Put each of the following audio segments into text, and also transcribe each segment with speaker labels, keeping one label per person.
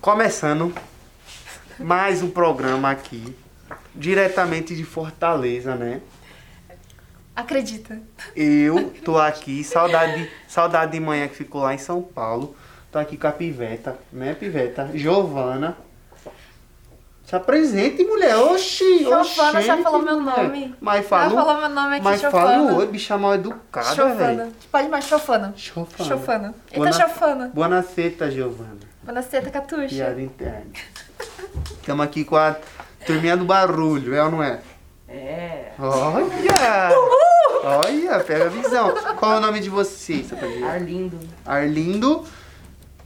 Speaker 1: Começando mais um programa aqui, diretamente de Fortaleza, né?
Speaker 2: Acredita.
Speaker 1: Eu tô aqui, saudade, saudade de manhã que ficou lá em São Paulo. Tô aqui com a Piveta, né, Piveta? Giovana. Se apresente, mulher. Oxi,
Speaker 2: Giovana
Speaker 1: oxente,
Speaker 2: já falou meu
Speaker 1: mulher.
Speaker 2: nome.
Speaker 1: Mas fala. um-
Speaker 2: Já falou meu nome aqui,
Speaker 1: Mas
Speaker 2: Giovana.
Speaker 1: fala, oi, bicha é mal educada,
Speaker 2: Chofana. Tipo,
Speaker 1: velho.
Speaker 2: Pode mais, chofana.
Speaker 1: Chofana.
Speaker 2: Chofana.
Speaker 1: Boa
Speaker 2: Eita,
Speaker 1: na-
Speaker 2: chofana.
Speaker 1: Boa nasceta, Giovana.
Speaker 2: Bonaceta, Catuxa.
Speaker 1: Piada interna. Estamos aqui com a turminha do barulho, é ou não é?
Speaker 3: É,
Speaker 1: Olha! Olha, pega a visão. Qual é o nome de vocês? Satanás?
Speaker 3: Arlindo,
Speaker 1: Arlindo,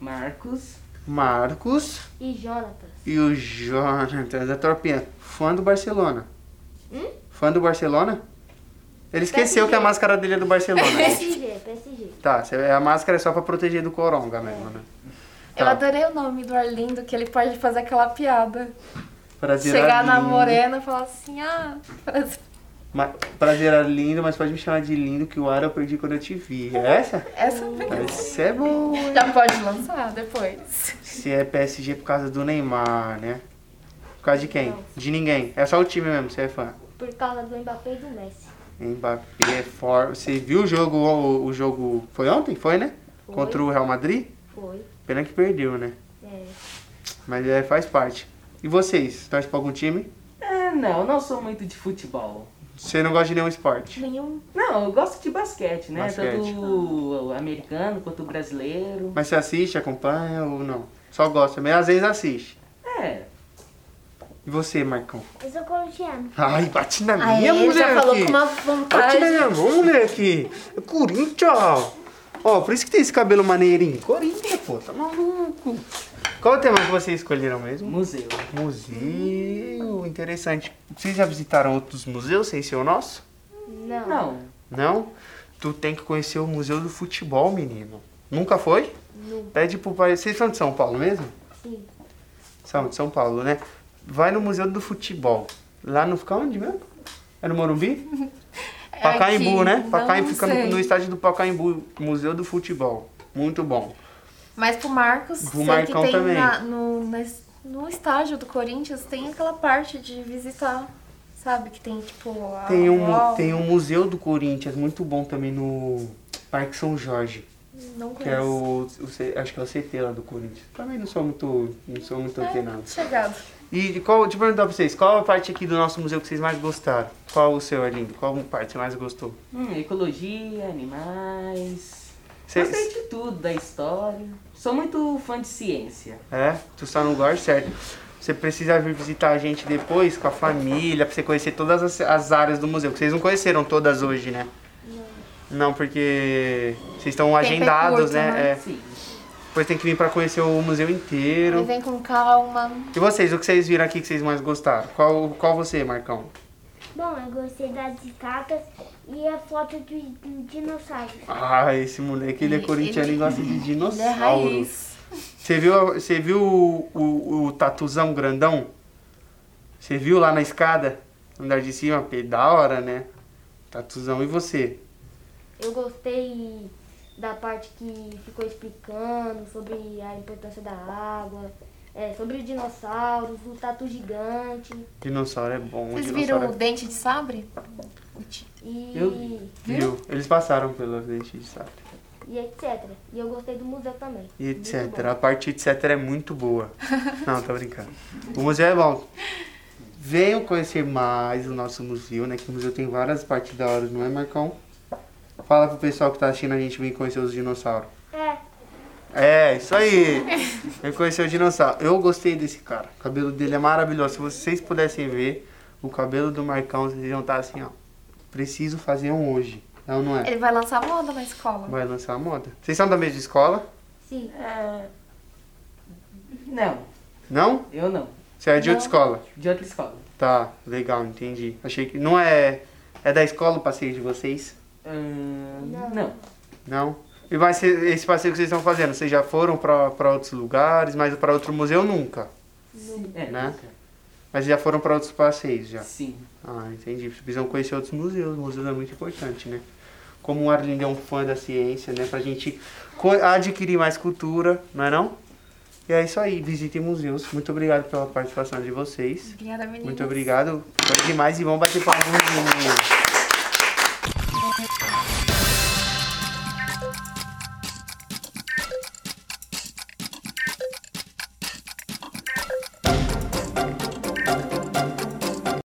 Speaker 3: Marcos,
Speaker 1: Marcos
Speaker 4: E Jonatas.
Speaker 1: e o Jonathan da Tropinha. Fã do Barcelona.
Speaker 4: Hum?
Speaker 1: Fã do Barcelona? Ele esqueceu que a máscara dele é do Barcelona.
Speaker 4: PSG, PSG.
Speaker 1: tá, cê- a máscara é só pra proteger do coronga mesmo, né?
Speaker 2: Eu
Speaker 1: Tá.
Speaker 2: adorei o nome do Arlindo, que ele pode fazer aquela piada.
Speaker 1: Prazer
Speaker 2: Chegar na
Speaker 1: Arlindo.
Speaker 2: morena e falar assim, ah... parece-
Speaker 1: Ma- Prazer Arlindo, mas pode me chamar de lindo que o ar eu aprendi quando eu te vi. É essa?
Speaker 2: Essa foi
Speaker 1: Essa é boa. hein?
Speaker 2: Já pode lançar depois.
Speaker 1: Se é PSG por causa do Neymar, né? Por causa de quem? De ninguém. É só o time mesmo, você é fã.
Speaker 4: Por causa do Mbappé e do Messi.
Speaker 1: Mbappé é forte. Você viu o jogo, o, o jogo. Foi ontem? Foi, né?
Speaker 4: Foi.
Speaker 1: Contra o Real Madrid?
Speaker 4: Foi.
Speaker 1: Pena que perdeu, né?
Speaker 4: É.
Speaker 1: Mas é, faz parte. E vocês? Torce pra algum time?
Speaker 3: É, não, não sou muito de futebol.
Speaker 1: Você não gosta de nenhum esporte?
Speaker 4: Nenhum.
Speaker 3: Não, eu gosto de basquete, né?
Speaker 1: Basquete.
Speaker 3: Tanto o americano quanto o brasileiro.
Speaker 1: Mas você assiste, acompanha ou não? Só gosta, mas às vezes assiste.
Speaker 3: É,
Speaker 1: E você, Marcão?
Speaker 4: Eu sou corintiano.
Speaker 1: Ai, bate na
Speaker 2: Aí
Speaker 1: minha
Speaker 2: Ah, ele
Speaker 1: mulher
Speaker 2: já falou
Speaker 1: aqui.
Speaker 2: com uma
Speaker 1: Bate na
Speaker 2: vontade.
Speaker 1: minha mão, moleque. É Corinthians. Ó, por isso que tem esse cabelo maneirinho. Corinthians, pô, tá maluco. Qual o tema que vocês escolheram mesmo?
Speaker 3: museu.
Speaker 1: Museu, interessante. Vocês já visitaram outros museus sem ser o nosso?
Speaker 4: Não.
Speaker 3: Não,
Speaker 1: Não? Tu tem que conhecer o Museu do Futebol, menino. Nunca foi?
Speaker 4: Não.
Speaker 1: Pede pro pai. Vocês são de São Paulo mesmo?
Speaker 4: Sim.
Speaker 1: São de São Paulo, né? Vai no Museu do Futebol. Lá no. Fica onde mesmo? É no Morumbi? Pacaembu,
Speaker 2: É aqui,
Speaker 1: né?
Speaker 2: não
Speaker 1: Pacaembu fica no,
Speaker 2: sei.
Speaker 1: no estádio do Pacaembu, Museu do Futebol. Muito bom.
Speaker 2: Mas pro Marcos,
Speaker 1: Pro
Speaker 2: sei
Speaker 1: Marcão
Speaker 2: que tem
Speaker 1: também.
Speaker 2: na- no, na es- no estágio do Corinthians, tem aquela parte de visitar, sabe? Que tem, tipo, a
Speaker 1: Tem um,
Speaker 2: wall.
Speaker 1: tem um Museu do Corinthians muito bom também no Parque São Jorge,
Speaker 2: Não
Speaker 1: que é o, o C- acho que é o CT lá do Corinthians. Também não sou muito, não sou muito
Speaker 2: É,
Speaker 1: antenado.
Speaker 2: Chegado.
Speaker 1: E de qual, deixa eu perguntar pra vocês, qual a parte aqui do nosso museu que vocês mais gostaram? Qual o seu, Arlindo? Qual parte você mais gostou?
Speaker 3: hum, ecologia, animais.
Speaker 1: Cê-
Speaker 3: Gostei de tudo, da história. Sou muito fã de ciência.
Speaker 1: É, tu está no lugar certo. Você precisa vir visitar a gente depois com a família, pra você conhecer todas as, as áreas do museu, que vocês não conheceram todas hoje, né? Não. Não, porque vocês estão
Speaker 2: Tempo é
Speaker 1: agendados,
Speaker 2: curto,
Speaker 1: né?
Speaker 2: né?
Speaker 1: É,
Speaker 3: Sim.
Speaker 1: depois tem que vir pra conhecer o museu
Speaker 2: Ele
Speaker 1: inteiro.
Speaker 2: vem com calma.
Speaker 1: E vocês, o que vocês viram aqui que vocês mais gostaram? Qual, qual você, Marcão?
Speaker 4: Bom, eu gostei das estátuas e a foto do, do dinossauro.
Speaker 1: Ah, esse moleque, ele é
Speaker 2: Ele-
Speaker 1: corintiano e
Speaker 2: ele-
Speaker 1: gosta de
Speaker 2: Ele é
Speaker 1: dinossauro.
Speaker 2: raiz.
Speaker 1: Você viu, a- você viu o, o, o tatuzão grandão? Você viu lá na escada? Andar de cima, pê, da hora, né? Tatuzão, e você?
Speaker 4: Eu gostei da parte que ficou explicando sobre a importância da água, é, sobre os dinossauros, o tatu gigante
Speaker 1: Dinossauro é bom,
Speaker 2: Vocês viram o
Speaker 1: dinossauro
Speaker 2: dente de sabre? O ti-
Speaker 4: e,
Speaker 3: Eu-
Speaker 1: é... Viu? Eles passaram pelos dentes de sapo.
Speaker 4: e etc. E eu gostei do museu também.
Speaker 1: E etc.
Speaker 4: Muito bom.
Speaker 1: A parte etc é muito boa. Não, tô brincando. O museu é bom. Venham conhecer mais o nosso museu, né? Que o museu tem várias partes da hora, não é, Marcão? Fala pro pessoal que tá assistindo a gente vir conhecer os dinossauros.
Speaker 4: É.
Speaker 1: É, isso aí. Eu conheci o dinossauro. Eu gostei desse cara. O cabelo dele é maravilhoso. Se vocês pudessem ver o cabelo do Marcão, vocês iam estar assim, ó. Preciso fazer um hoje. É ou não é?
Speaker 2: Ele vai lançar moda na escola.
Speaker 1: Vai lançar a moda. Vocês são da mesma escola?
Speaker 4: Sim.
Speaker 3: É, Não,
Speaker 1: Não?
Speaker 3: eu não.
Speaker 1: Você é de outra
Speaker 2: Não.
Speaker 1: escola?
Speaker 3: De outra escola.
Speaker 1: Tá, legal, entendi. Achei que. Não é. É da escola o passeio de vocês?
Speaker 3: Hum,
Speaker 4: Não.
Speaker 3: não.
Speaker 1: Não? E vai ser esse passeio que vocês estão fazendo? Vocês já foram pra pra outros lugares, mas pra outro museu nunca.
Speaker 3: É,
Speaker 1: Né? Mas já foram pra outros passeios já.
Speaker 3: Sim.
Speaker 1: Ah, entendi. Precisam conhecer outros museus. Museus é muito importante, né? Como o Arlindo é um fã da ciência, né? Pra gente co- adquirir mais cultura, não é não? E é isso aí, visitem museus. Muito obrigado pela participação de vocês.
Speaker 2: Obrigada, meninas.
Speaker 1: Muito obrigado. Foi demais e vamos bater palmas. pro museu.